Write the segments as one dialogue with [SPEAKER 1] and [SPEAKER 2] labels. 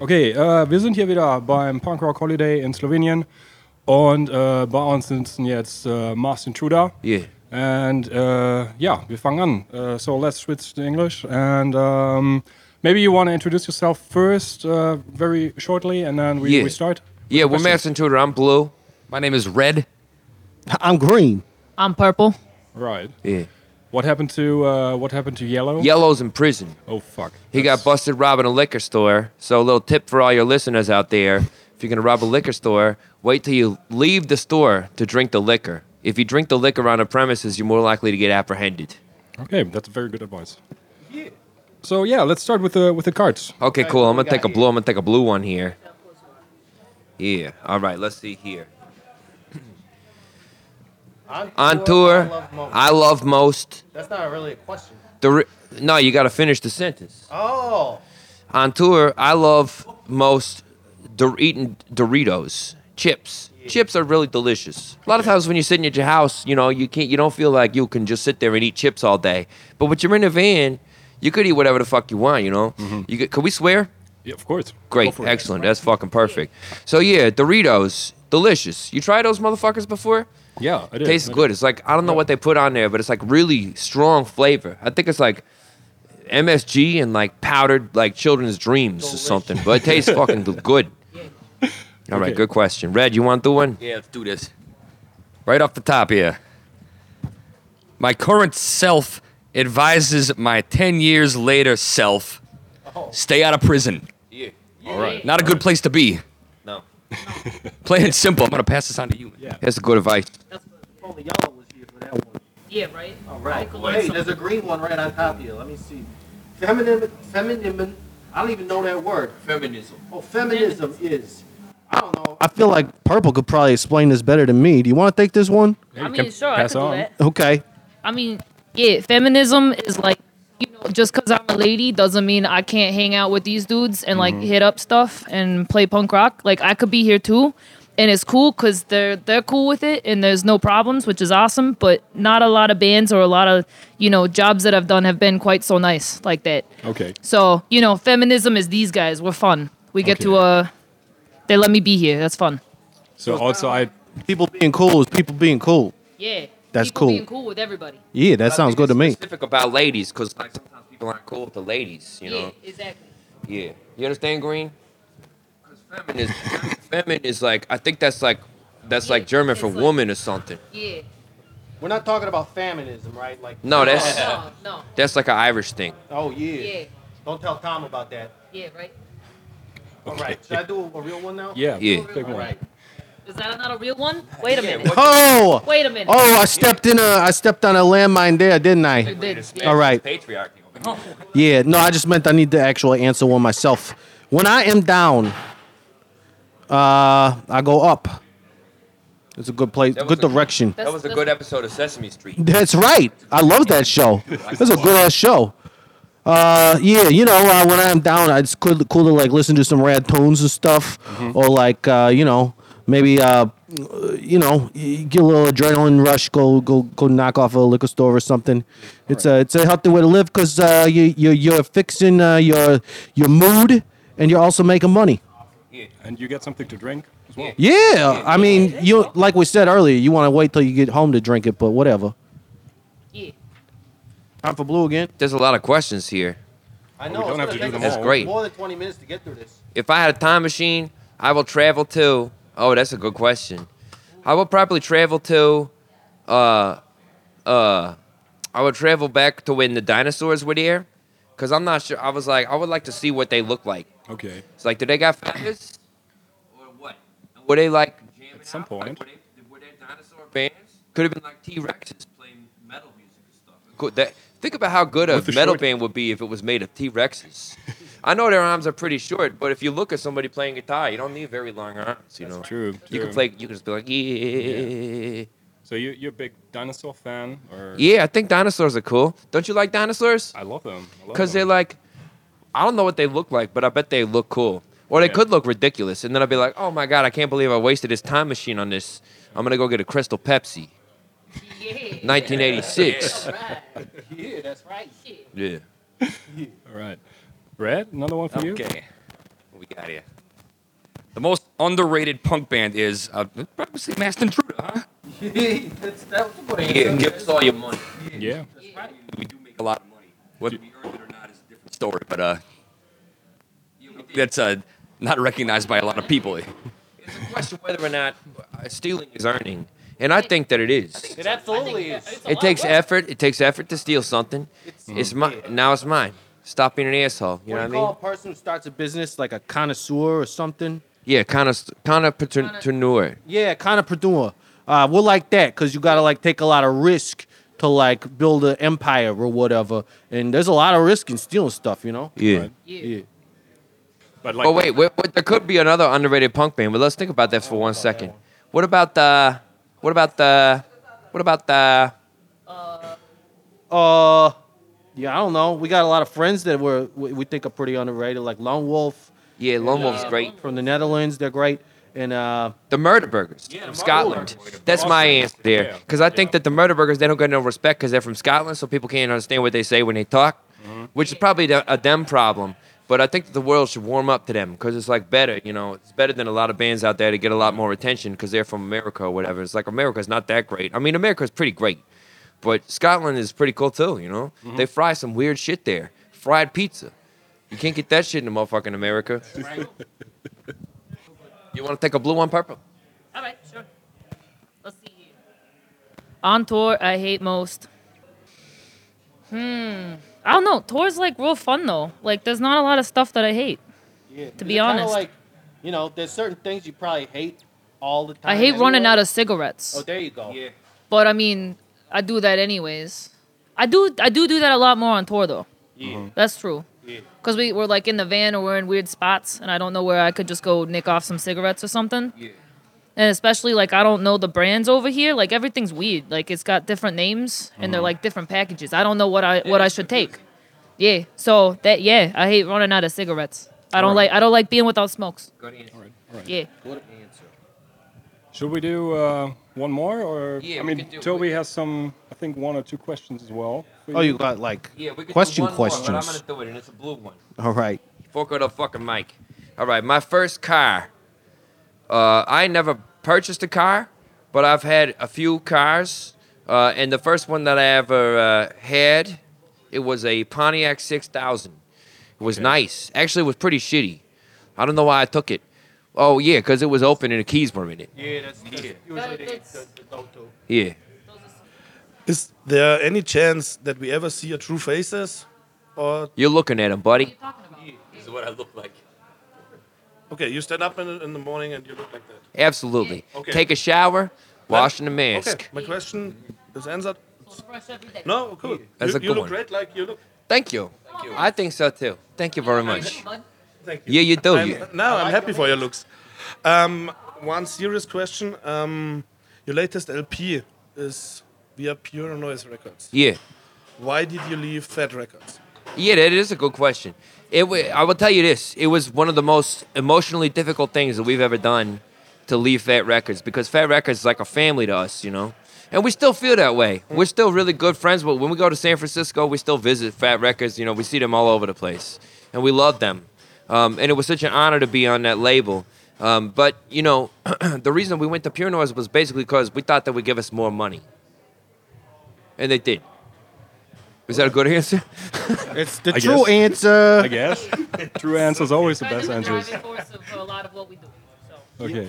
[SPEAKER 1] Okay, äh, wir sind hier wieder beim Punk Rock Holiday in Slowenien und äh, bei uns sitzen jetzt äh, Martin Truda.
[SPEAKER 2] Yeah.
[SPEAKER 1] And uh, yeah, we fang an. Uh, so let's switch to English. And um, maybe you want to introduce yourself first, uh, very shortly, and then we,
[SPEAKER 2] Yeah.
[SPEAKER 1] we start. with
[SPEAKER 2] Yeah,
[SPEAKER 1] the
[SPEAKER 2] we're
[SPEAKER 1] questions.
[SPEAKER 2] Madison Tudor. I'm blue. My name is Red.
[SPEAKER 3] I'm green.
[SPEAKER 4] I'm purple.
[SPEAKER 1] Right.
[SPEAKER 2] Yeah.
[SPEAKER 1] What happened to uh, what happened to Yellow?
[SPEAKER 2] Yellow's in prison.
[SPEAKER 1] Oh fuck.
[SPEAKER 2] He got
[SPEAKER 1] That's-
[SPEAKER 2] busted robbing a liquor store. So a little tip for all your listeners out there. If you're gonna rob a liquor store, wait till you leave the store to drink the liquor. If you drink the liquor on the premises, you're more likely to get apprehended.
[SPEAKER 1] Okay, that's very good advice. So yeah, let's start with the with the cards.
[SPEAKER 2] Okay, cool. I'm gonna take a blue. I'm gonna take a blue one here. Yeah. All right. Let's see here. On tour, I love most.
[SPEAKER 3] That's not really a question.
[SPEAKER 2] The re- no, you gotta finish the sentence.
[SPEAKER 3] Oh.
[SPEAKER 2] on tour, I love most Dor- eating Doritos, chips. Chips are really delicious. A lot of times when you're sitting at your house, you know, you can't, you don't feel like you can just sit there and eat chips all day. But when you're in a van, you could eat whatever the fuck you want. You know, you could, could we swear?
[SPEAKER 1] Yeah, of course. Mm-hmm. Go
[SPEAKER 2] Great,
[SPEAKER 1] for it.
[SPEAKER 2] excellent. That's fucking perfect. So yeah, Doritos, delicious. You tried those motherfuckers before?
[SPEAKER 1] Yeah, it is.
[SPEAKER 2] tastes
[SPEAKER 1] It
[SPEAKER 2] good. It's like I don't know what they put on there, but it's like really strong flavor. I think it's like MSG and like powdered like children's dreams or something. But it tastes fucking good. All right,
[SPEAKER 1] Okay.
[SPEAKER 2] good question. Red, you want the one?
[SPEAKER 5] Yeah, let's do this.
[SPEAKER 2] Right off the top here.
[SPEAKER 5] My current self advises my 10 years later self stay out of prison.
[SPEAKER 2] Yeah.
[SPEAKER 5] Not a good place to be.
[SPEAKER 2] No.
[SPEAKER 5] Plain and simple. I'm going to pass this on to you.
[SPEAKER 2] That's good advice.
[SPEAKER 3] That's what Oh, the yellow was here for that one.
[SPEAKER 4] Yeah, right.
[SPEAKER 3] All right. Hey, there's a green one right on top of you. Let me see. Feminim, feminim. I don't even know that word.
[SPEAKER 5] Feminism.
[SPEAKER 3] Oh, feminism is. I don't know. I feel like purple could probably explain this better than me. Do you want to take this one?
[SPEAKER 1] Hey,
[SPEAKER 4] I
[SPEAKER 1] you can
[SPEAKER 4] mean, sure, I
[SPEAKER 1] pass
[SPEAKER 4] could
[SPEAKER 1] on.
[SPEAKER 4] do that.
[SPEAKER 3] Okay.
[SPEAKER 4] I mean, yeah, feminism is like, you know, just because I'm a lady doesn't mean I can't hang out with these dudes and
[SPEAKER 1] Mm-hmm.
[SPEAKER 4] like hit up stuff and play punk rock. Like I could be here too, and it's cool because they're they're cool with it and there's no problems, which is awesome. But not a lot of bands or a lot of you know jobs that I've done have been quite so nice like that.
[SPEAKER 1] Okay.
[SPEAKER 4] So you know, feminism is these guys. We're fun. We get to
[SPEAKER 1] Okay.
[SPEAKER 4] uh, they let me be here. That's fun.
[SPEAKER 1] So also I
[SPEAKER 3] People being cool is people being cool.
[SPEAKER 4] Yeah.
[SPEAKER 3] That's
[SPEAKER 4] People
[SPEAKER 3] cool.
[SPEAKER 4] Being cool with everybody.
[SPEAKER 3] Yeah, that sounds good to me.
[SPEAKER 2] Specific about ladies, because like sometimes people aren't cool with the ladies. You know.
[SPEAKER 4] Yeah, exactly.
[SPEAKER 2] Yeah. You understand, Green? 'Cause Feminist, feminine is like I think that's like that's like German for
[SPEAKER 4] It's like-
[SPEAKER 2] woman or something.
[SPEAKER 4] Yeah.
[SPEAKER 3] We're not talking about feminism, right? Like
[SPEAKER 2] No, that's
[SPEAKER 4] No, Oh, no.
[SPEAKER 2] that's like an Irish thing.
[SPEAKER 3] Oh yeah.
[SPEAKER 4] Yeah,
[SPEAKER 3] Don't tell Tom about that.
[SPEAKER 4] yeah, right.
[SPEAKER 3] All right. Should I do a real one now?
[SPEAKER 1] yeah
[SPEAKER 2] Yeah.
[SPEAKER 1] Take one.
[SPEAKER 3] All right.
[SPEAKER 4] Is that not a real one? Wait a minute.
[SPEAKER 3] Oh.
[SPEAKER 4] Wait a minute.
[SPEAKER 3] Oh, I stepped in a I stepped on a landmine there, didn't
[SPEAKER 4] You
[SPEAKER 3] I?
[SPEAKER 4] did.
[SPEAKER 3] All right.
[SPEAKER 2] Patriarchy.
[SPEAKER 3] Yeah, no, I just meant I need to actually answer one myself. When I am down, uh, I go up. It's a good place,
[SPEAKER 2] That was
[SPEAKER 3] good
[SPEAKER 2] a-
[SPEAKER 3] direction.
[SPEAKER 2] That was a good episode of Sesame Street.
[SPEAKER 3] That's right. I love that show. That's a good ass show. Uh, yeah, you know, uh, when I'm down, it's cool, cool to like listen to some rad tunes and stuff, or like uh, you know, maybe uh, you know, y- get a little adrenaline rush, go go go knock off a liquor store or something. It's a it's a healthy way to live because uh, you you you're fixing uh, your your mood and you're also making money.
[SPEAKER 1] And you get something to drink as well.
[SPEAKER 3] Yeah, I mean, you like we said earlier, you want to wait till you get home to drink it, but whatever.
[SPEAKER 4] Yeah.
[SPEAKER 3] Time for blue again.
[SPEAKER 2] There's a lot of questions here.
[SPEAKER 6] I
[SPEAKER 1] know, don't it's have gonna to do take them us
[SPEAKER 2] all. That's great.
[SPEAKER 6] More than 20 minutes to get through this.
[SPEAKER 2] If I had a time machine, I will travel to. Oh, that's a good question. I will probably travel to. Uh, uh, I would travel back to when the dinosaurs were there, cause I'm not sure. I was like, I would like to see what they look like.
[SPEAKER 1] Okay.
[SPEAKER 2] It's like, do they got feathers? Or what? And were they like jamming
[SPEAKER 1] At some
[SPEAKER 2] out? Like,
[SPEAKER 1] point.
[SPEAKER 2] were, they, were they dinosaur bands? Could have been like T Rexes playing metal music and stuff. Cool. That, think about how good a
[SPEAKER 1] With the
[SPEAKER 2] metal
[SPEAKER 1] short-
[SPEAKER 2] band would be if it was made of T Rexes. I know their arms are pretty short, but if you look at somebody playing guitar, you don't need very long arms. You know,
[SPEAKER 1] True.
[SPEAKER 2] You
[SPEAKER 1] true.
[SPEAKER 2] can play. You can just be like, yeah.
[SPEAKER 1] So you you're a big dinosaur fan or
[SPEAKER 2] Yeah, I think dinosaurs are cool. Don't you like dinosaurs?
[SPEAKER 1] I love them. I love
[SPEAKER 2] Because
[SPEAKER 1] them.
[SPEAKER 2] they're like, I don't know what they look like, but I bet they look cool. Or they
[SPEAKER 1] Yeah.
[SPEAKER 2] could look ridiculous. And then I'd be like, oh my God, I can't believe I wasted this time machine on this. I'm going to go get a Crystal Pepsi.
[SPEAKER 4] Yeah.
[SPEAKER 2] 1986.
[SPEAKER 6] Yeah, that's right.
[SPEAKER 2] yeah.
[SPEAKER 1] All right. Red, another one for you.
[SPEAKER 5] Okay.
[SPEAKER 7] What we got here? The most underrated punk band is uh, obviously Masked Intruder, huh?
[SPEAKER 2] Yeah, give us all your money.
[SPEAKER 1] Yeah.
[SPEAKER 7] We do make a lot of money. Whether we earned it or not is a different story, but uh, that's uh, not recognized by a lot of people.
[SPEAKER 2] It's a question whether or not uh, stealing is earning, and I think that it is.
[SPEAKER 8] It absolutely is.
[SPEAKER 2] It takes effort. It takes effort to steal something. It's mine. Now it's mine. Stop being an asshole. You know what I mean?
[SPEAKER 9] a person who starts a business like a connoisseur or something?
[SPEAKER 2] Yeah, kind of, kind of paterneur.
[SPEAKER 9] Yeah, entrepreneur. Uh, we're like that because you gotta like take a lot of risk to like build an empire or whatever. And there's a lot of risk in stealing stuff, you know.
[SPEAKER 2] Yeah.
[SPEAKER 1] Right.
[SPEAKER 9] Yeah.
[SPEAKER 1] But like,
[SPEAKER 2] Oh wait, wait, wait, there could be another underrated punk band, but let's think about that for one second. What about the? What about the? What about the?
[SPEAKER 9] Uh, yeah, I don't know. We got a lot of friends that were we, we think are pretty underrated, like Lone Wolf
[SPEAKER 2] Yeah, Lone Wolf's great.
[SPEAKER 9] from the Netherlands. They're great. And uh,
[SPEAKER 2] The Murder Burgers from Scotland. That's my answer there.
[SPEAKER 1] Yeah.
[SPEAKER 2] Because I think that the Murder Burgers, they don't get no respect because they're from Scotland, so people can't understand what they say when they talk, which is probably the- a them problem. But I think that the world should warm up to them because it's like better, you know, it's better than a lot of bands out there to get a lot more attention because they're from America or whatever. It's like America's not that great. I mean, America's pretty great, but Scotland is pretty cool too, you know? They fry some weird shit there. Fried pizza. You can't get that shit in motherfucking America. you want to take a blue on purple?
[SPEAKER 4] All right, sure. Let's see. here. On tour, I hate most. Hmm. I don't know. Tour's like real fun though. Like, there's not a lot of stuff that I hate. To be honest,
[SPEAKER 9] like you know, there's certain things you probably hate all the time.
[SPEAKER 4] I hate running out of cigarettes.
[SPEAKER 9] Oh, there you go.
[SPEAKER 4] But I mean, I do that anyways. I do I do do that a lot more on tour though.
[SPEAKER 2] Mm-hmm.
[SPEAKER 4] Yeah. That's true. Yeah. Cause we were like in the van or we're in weird spots and I don't know where I could just go nick off some cigarettes or something. Yeah. And especially like I don't know the brands over here. Like everything's weird. Like it's got different names and
[SPEAKER 2] Mm-hmm.
[SPEAKER 4] they're like different packages. I don't know what I what I should take. Yeah. So that yeah, I hate running out of cigarettes. I don't like I don't like being without smokes. Yeah.
[SPEAKER 1] should we do uh, one more? Or
[SPEAKER 2] Yeah,
[SPEAKER 1] I
[SPEAKER 2] we
[SPEAKER 1] mean,
[SPEAKER 2] could do-
[SPEAKER 1] Toby has some, I think, one or two questions as well. for
[SPEAKER 9] Oh, you got like
[SPEAKER 2] Yeah, we could
[SPEAKER 9] question
[SPEAKER 2] do one More, but I'm
[SPEAKER 9] questions.
[SPEAKER 2] gonna do it, and it's a blue one.
[SPEAKER 9] All right.
[SPEAKER 2] Fork out a fucking mic. All right, my first car. Uh, I never purchased a car, but I've had a few cars. Uh, and the first one that I ever uh, had, it was a Pontiac 6000. It was nice. Actually, it was pretty shitty. I don't know why I took it. Oh yeah, because it was open and the keys were in it.
[SPEAKER 9] Yeah, that's, that's usually the go-to.
[SPEAKER 2] Yeah.
[SPEAKER 10] Is there any chance that we ever see a True Faces? Or
[SPEAKER 2] You're looking at him, buddy.
[SPEAKER 7] This is what I look like.
[SPEAKER 10] okay, you stand up in, in the morning and you look like that.
[SPEAKER 2] Absolutely.
[SPEAKER 10] Okay.
[SPEAKER 2] Take a shower, wash in the mask.
[SPEAKER 10] Okay, my question is answered.
[SPEAKER 4] every day.
[SPEAKER 10] No, cool.
[SPEAKER 2] That's
[SPEAKER 10] you
[SPEAKER 2] a good
[SPEAKER 10] you look
[SPEAKER 2] one.
[SPEAKER 10] great, like you look.
[SPEAKER 2] Thank you. I think so too. Thank you very much.
[SPEAKER 10] Thank you.
[SPEAKER 2] Oh, Yeah, you do.
[SPEAKER 10] I'm,
[SPEAKER 2] You-
[SPEAKER 10] Now I'm happy for your looks. Um, one serious question. Um, your latest LP is via Pure Noise Records.
[SPEAKER 2] Yeah,
[SPEAKER 10] Why did you leave Fat Records?
[SPEAKER 2] yeah, that is a good question. It. wa- I will tell you this. It was one of the most emotionally difficult things that we've ever done to leave Fat Records because Fat Records is like a family to us, you know. And we still feel that way. We're still really good friends, but when we go to San Francisco, we still visit Fat Records. You know, we see them all over the place, and we love them. Um, and it was such an honor to be on that label. Um, but you know, the reason we went to Pure Noise was basically because we thought that would give us more money, and they did. Is that a good answer?
[SPEAKER 9] It's the
[SPEAKER 1] I
[SPEAKER 9] true
[SPEAKER 1] guess.
[SPEAKER 9] answer.
[SPEAKER 1] I guess. True answers always the best answers.
[SPEAKER 4] a lot of what we do. So.
[SPEAKER 1] Okay.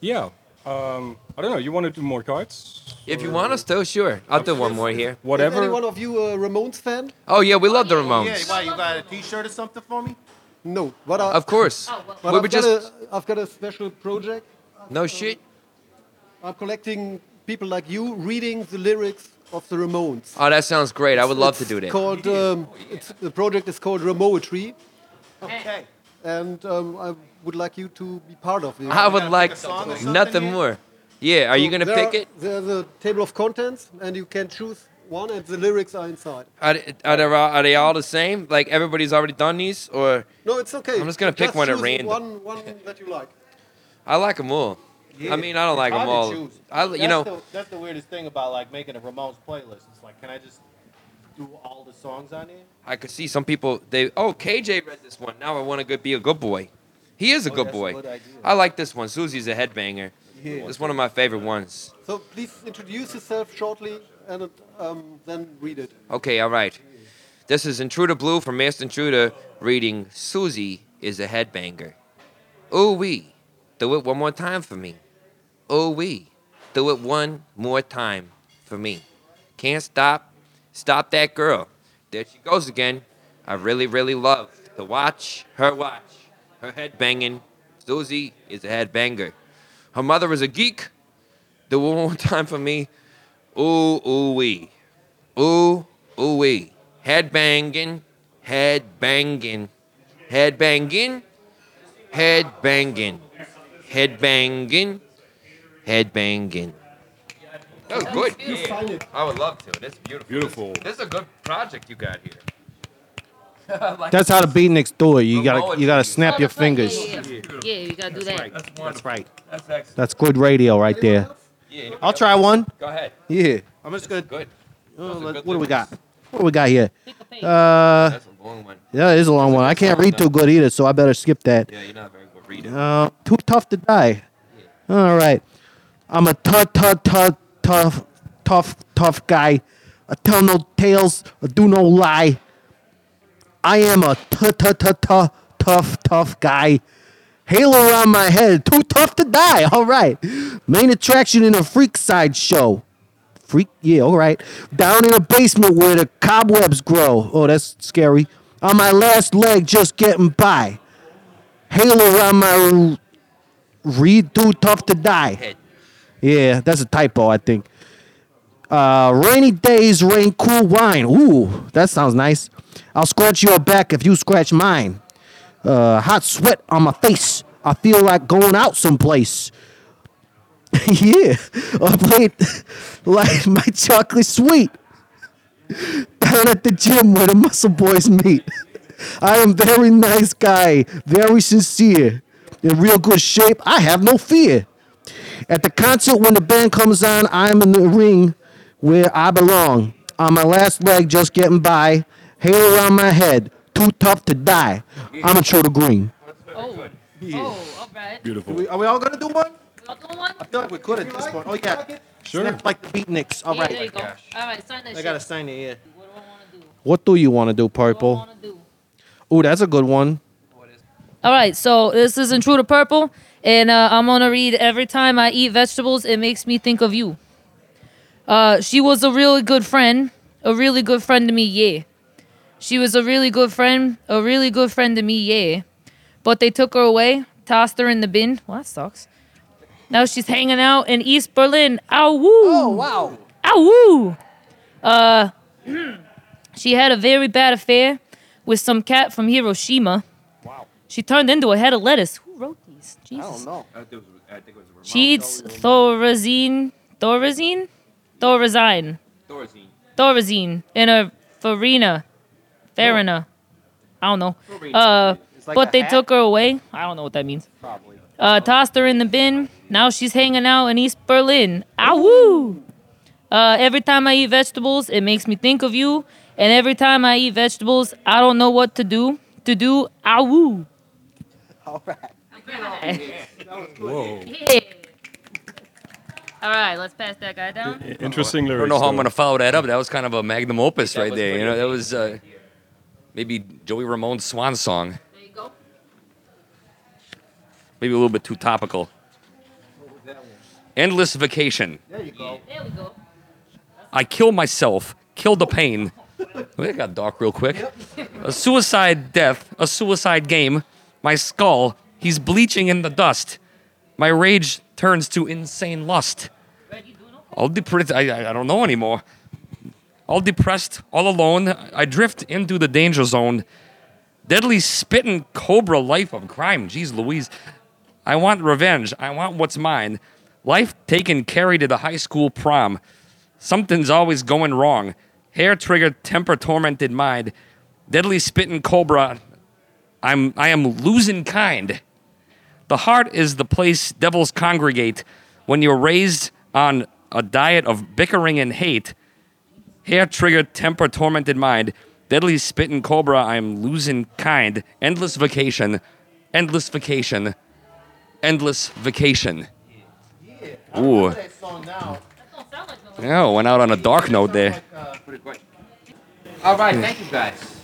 [SPEAKER 1] Yeah. Um, I don't know. You want to do more cards?
[SPEAKER 2] If you want us to, sure. I'll do one more here.
[SPEAKER 1] Whatever.
[SPEAKER 8] Is anyone of you a Ramones fan?
[SPEAKER 2] Oh yeah, we love the Ramones.
[SPEAKER 9] why you got a T-shirt or something for me?
[SPEAKER 8] No, but, I,
[SPEAKER 2] Of course.
[SPEAKER 9] Oh,
[SPEAKER 8] but
[SPEAKER 2] we
[SPEAKER 8] I've,
[SPEAKER 2] were
[SPEAKER 8] got
[SPEAKER 2] just
[SPEAKER 8] a, I've got a special project.
[SPEAKER 2] no shit.
[SPEAKER 8] I'm collecting people like you reading the lyrics of the Ramones.
[SPEAKER 2] Oh, that sounds great. I would love to
[SPEAKER 8] It's
[SPEAKER 2] do that.
[SPEAKER 8] Called, um, it's, the project is called Ramoetry. Okay. And um, I would like you to be part of it.
[SPEAKER 2] I would like
[SPEAKER 9] song or something
[SPEAKER 2] nothing
[SPEAKER 9] here?
[SPEAKER 2] more. Yeah, are you gonna
[SPEAKER 8] There
[SPEAKER 2] pick it?
[SPEAKER 8] are- There's a table of contents, and you can choose one, and the lyrics are inside.
[SPEAKER 2] Are, are, they, all- are they all the same? Like everybody's already done these, or
[SPEAKER 8] No, it's okay.
[SPEAKER 2] I'm just gonna pick one at
[SPEAKER 8] choose
[SPEAKER 2] random.
[SPEAKER 8] One, one that you like.
[SPEAKER 2] I like them all. I mean, I don't like them all. I, you know,
[SPEAKER 9] that's the weirdest thing about like making a Ramones playlist. It's like, can I just through all the songs on it.
[SPEAKER 2] I could see some people. They oh KJ read this one. Now I want to go be a good boy. He is a good
[SPEAKER 8] Oh, that's a
[SPEAKER 2] boy.
[SPEAKER 8] good idea.
[SPEAKER 2] I like this one. Susie's a headbanger.
[SPEAKER 8] Yeah.
[SPEAKER 2] It's one of my favorite ones.
[SPEAKER 8] So please introduce yourself shortly and um, then read it.
[SPEAKER 2] Okay, all right. This is Intruder Blue from Master Intruder reading Susie is a headbanger. Ooh wee, do it one more time for me. Ooh wee, do it one more time for me. Can't stop, stop that girl. There she goes again. I really, really love to watch her watch. Her headbanging. Susie is a headbanger. Her mother is a geek. Do it one more time for me. Ooh, ooh wee. Ooh, ooh wee. Head banging, head banging, head banging, head banging, head banging, head banging. That was good. I would love to. That's beautiful.
[SPEAKER 1] Beautiful.
[SPEAKER 2] This is a good project you got here.
[SPEAKER 9] That's how the beatniks do it. You gotta
[SPEAKER 2] Promote
[SPEAKER 9] you gotta
[SPEAKER 2] it.
[SPEAKER 9] snap your fingers.
[SPEAKER 4] Yeah, yeah, yeah. Yeah, you gotta do that.
[SPEAKER 2] That's wonderful.
[SPEAKER 9] right.
[SPEAKER 2] That's excellent.
[SPEAKER 9] That's good radio right there.
[SPEAKER 2] Yeah.
[SPEAKER 9] I'll try one.
[SPEAKER 2] Go ahead.
[SPEAKER 9] Yeah. I'm just gonna.
[SPEAKER 2] Good.
[SPEAKER 9] Uh,
[SPEAKER 2] Those are
[SPEAKER 9] let-
[SPEAKER 2] good
[SPEAKER 9] what do we got?
[SPEAKER 2] lyrics.
[SPEAKER 9] What do we got here?
[SPEAKER 4] Pick a
[SPEAKER 9] Uh,
[SPEAKER 2] That's a long one.
[SPEAKER 9] yeah, it is a long one. I can't read too good either, so I better skip that.
[SPEAKER 2] Yeah, you're not a very good reader.
[SPEAKER 9] Uh, too tough to die. All right. I'm a tough, tough, tough, tough, tough, tough guy. I tell no tales. I do no lie. I am a tough, tough, tough, tough, tough, tough guy. Halo around my head. Too tough to die. All right. Main attraction in a freak side show. Freak, yeah, all right. Down in a basement where the cobwebs grow. Oh, that's scary. On my last leg, just getting by. Halo around my read too tough to die.
[SPEAKER 2] Head.
[SPEAKER 9] Yeah, that's a typo, I think. Uh, rainy days rain cool wine. Ooh, that sounds nice. I'll scratch your back if you scratch mine. Uh, hot sweat on my face. I feel like going out someplace. yeah, a plate like my chocolate sweet. Down at the gym where the muscle boys meet. I am very nice guy, very sincere, in real good shape. I have no fear. At the concert when the band comes on, I'm in the ring where I belong. On my last leg, just getting by. Hair around my head, too tough to die. I'm a turtle green.
[SPEAKER 4] Oh, oh, all right.
[SPEAKER 1] Beautiful.
[SPEAKER 9] Are we all gonna do one?
[SPEAKER 4] Another one?
[SPEAKER 9] No, we could at this point. Oh yeah,
[SPEAKER 1] Sure.
[SPEAKER 9] like the beatniks. All
[SPEAKER 4] yeah, there you go. All right, sign that shit.
[SPEAKER 9] sign it. Yeah.
[SPEAKER 4] What do I want to do?
[SPEAKER 9] What do you want to do,
[SPEAKER 4] What do I
[SPEAKER 9] Purple?
[SPEAKER 4] want to do?
[SPEAKER 9] Ooh, that's a good one.
[SPEAKER 4] All right, so this is Intruder Purple, and uh, I'm gonna read every time I eat vegetables, it makes me think of you. Uh, she was a really good friend, a really good friend to me, yeah. She was a really good friend, a really good friend to me, yeah. But they took her away, tossed her in the bin. Well, that sucks. Now she's hanging out in East Berlin. Ow woo! Oh
[SPEAKER 9] wow.
[SPEAKER 4] Ow! Uh, she had a very bad affair with some cat from Hiroshima. Wow. She turned into a head of lettuce. Who wrote these? Jesus. I don't know. She eats thorazine, thorazine, thorazine,
[SPEAKER 2] Thorazine.
[SPEAKER 4] thorazine in a farina, farina. I don't know. Uh,
[SPEAKER 8] like
[SPEAKER 4] but
[SPEAKER 8] a
[SPEAKER 4] they
[SPEAKER 8] hat?
[SPEAKER 4] took her away. I don't know what that means.
[SPEAKER 8] Probably.
[SPEAKER 4] Uh, tossed her in the bin. Now she's hanging out in East Berlin. Ah woo! Uh, every time I eat vegetables, it makes me think of you. And every time I eat vegetables, I don't know what to do. To do ah woo. All right.
[SPEAKER 1] Whoa.
[SPEAKER 4] All right, let's pass that guy down.
[SPEAKER 1] Interesting
[SPEAKER 7] I don't
[SPEAKER 1] lyrics.
[SPEAKER 7] know how I'm
[SPEAKER 1] though.
[SPEAKER 7] gonna follow that up. That was kind of a magnum opus right
[SPEAKER 2] was
[SPEAKER 7] there. You
[SPEAKER 2] pretty
[SPEAKER 7] know, that was uh, maybe Joey Ramone's swan song.
[SPEAKER 4] There you go.
[SPEAKER 7] Maybe a little bit too topical. Endless vacation.
[SPEAKER 4] There we go.
[SPEAKER 7] I kill myself. Kill the pain. We got dark real quick. A suicide death. A suicide game. My skull. He's bleaching in the dust. My rage turns to insane lust. All depressed. I, I- I don't know anymore. All depressed. All alone. I drift into the danger zone. Deadly spitting cobra life of crime. Jeez Louise. I want revenge. I want what's mine. Life taken carried to the high school prom. Something's always going wrong. Hair triggered, temper tormented mind. Deadly spitting cobra. I'm I am losing kind. The heart is the place devils congregate when you're raised on a diet of bickering and hate. Hair triggered, temper tormented mind. Deadly spit and cobra, I am losing kind. Endless vacation. Endless vacation. Endless vacation. Ooh. Yeah, went out on a dark note there.
[SPEAKER 2] All right, thank you guys.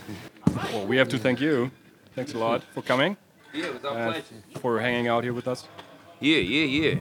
[SPEAKER 1] Well, we have to thank you. Thanks a lot for coming,
[SPEAKER 2] Yeah, it was our
[SPEAKER 1] for hanging out here with us.
[SPEAKER 2] Uh, Yeah, yeah, yeah.